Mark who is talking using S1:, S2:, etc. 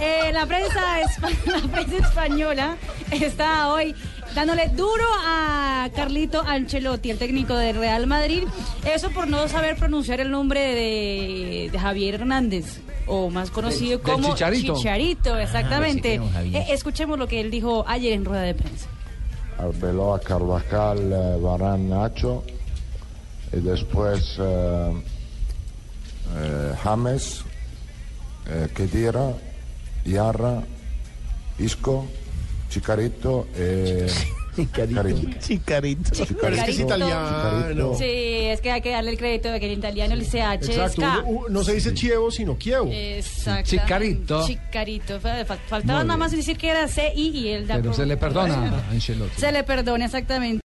S1: Eh, la, prensa espa- la prensa española está hoy dándole duro a Carlito Ancelotti, el técnico del Real Madrid. Eso por no saber pronunciar el nombre de, de Javier Hernández, o más conocido
S2: Del- del
S1: como
S2: Chicharito. Ah,
S1: exactamente.
S3: lo exigieron, Javier.
S1: Eh, escuchemos lo que él dijo ayer en rueda de prensa.
S4: Arbeloa, Carvajal, eh, Varane, Nacho y después eh, eh, James, eh, Kedira, Yarra, Isco, Chicarito, eh, Karim.
S5: Chicarito.
S4: Pero es que es italiano.
S1: Sí, es que hay que darle el crédito de que el italiano, el CH es
S6: Exacto,
S1: K.
S6: uno- uno- no se dice chievo, sino quievo.
S1: Eh, Exactamente.
S2: Chicarito.
S1: Chicarito. fa- fa- Faltaba nada más decir que era CI y él da
S2: Pero
S1: por-
S2: se le perdona a Ancelotti.
S1: Se le perdona, exactamente.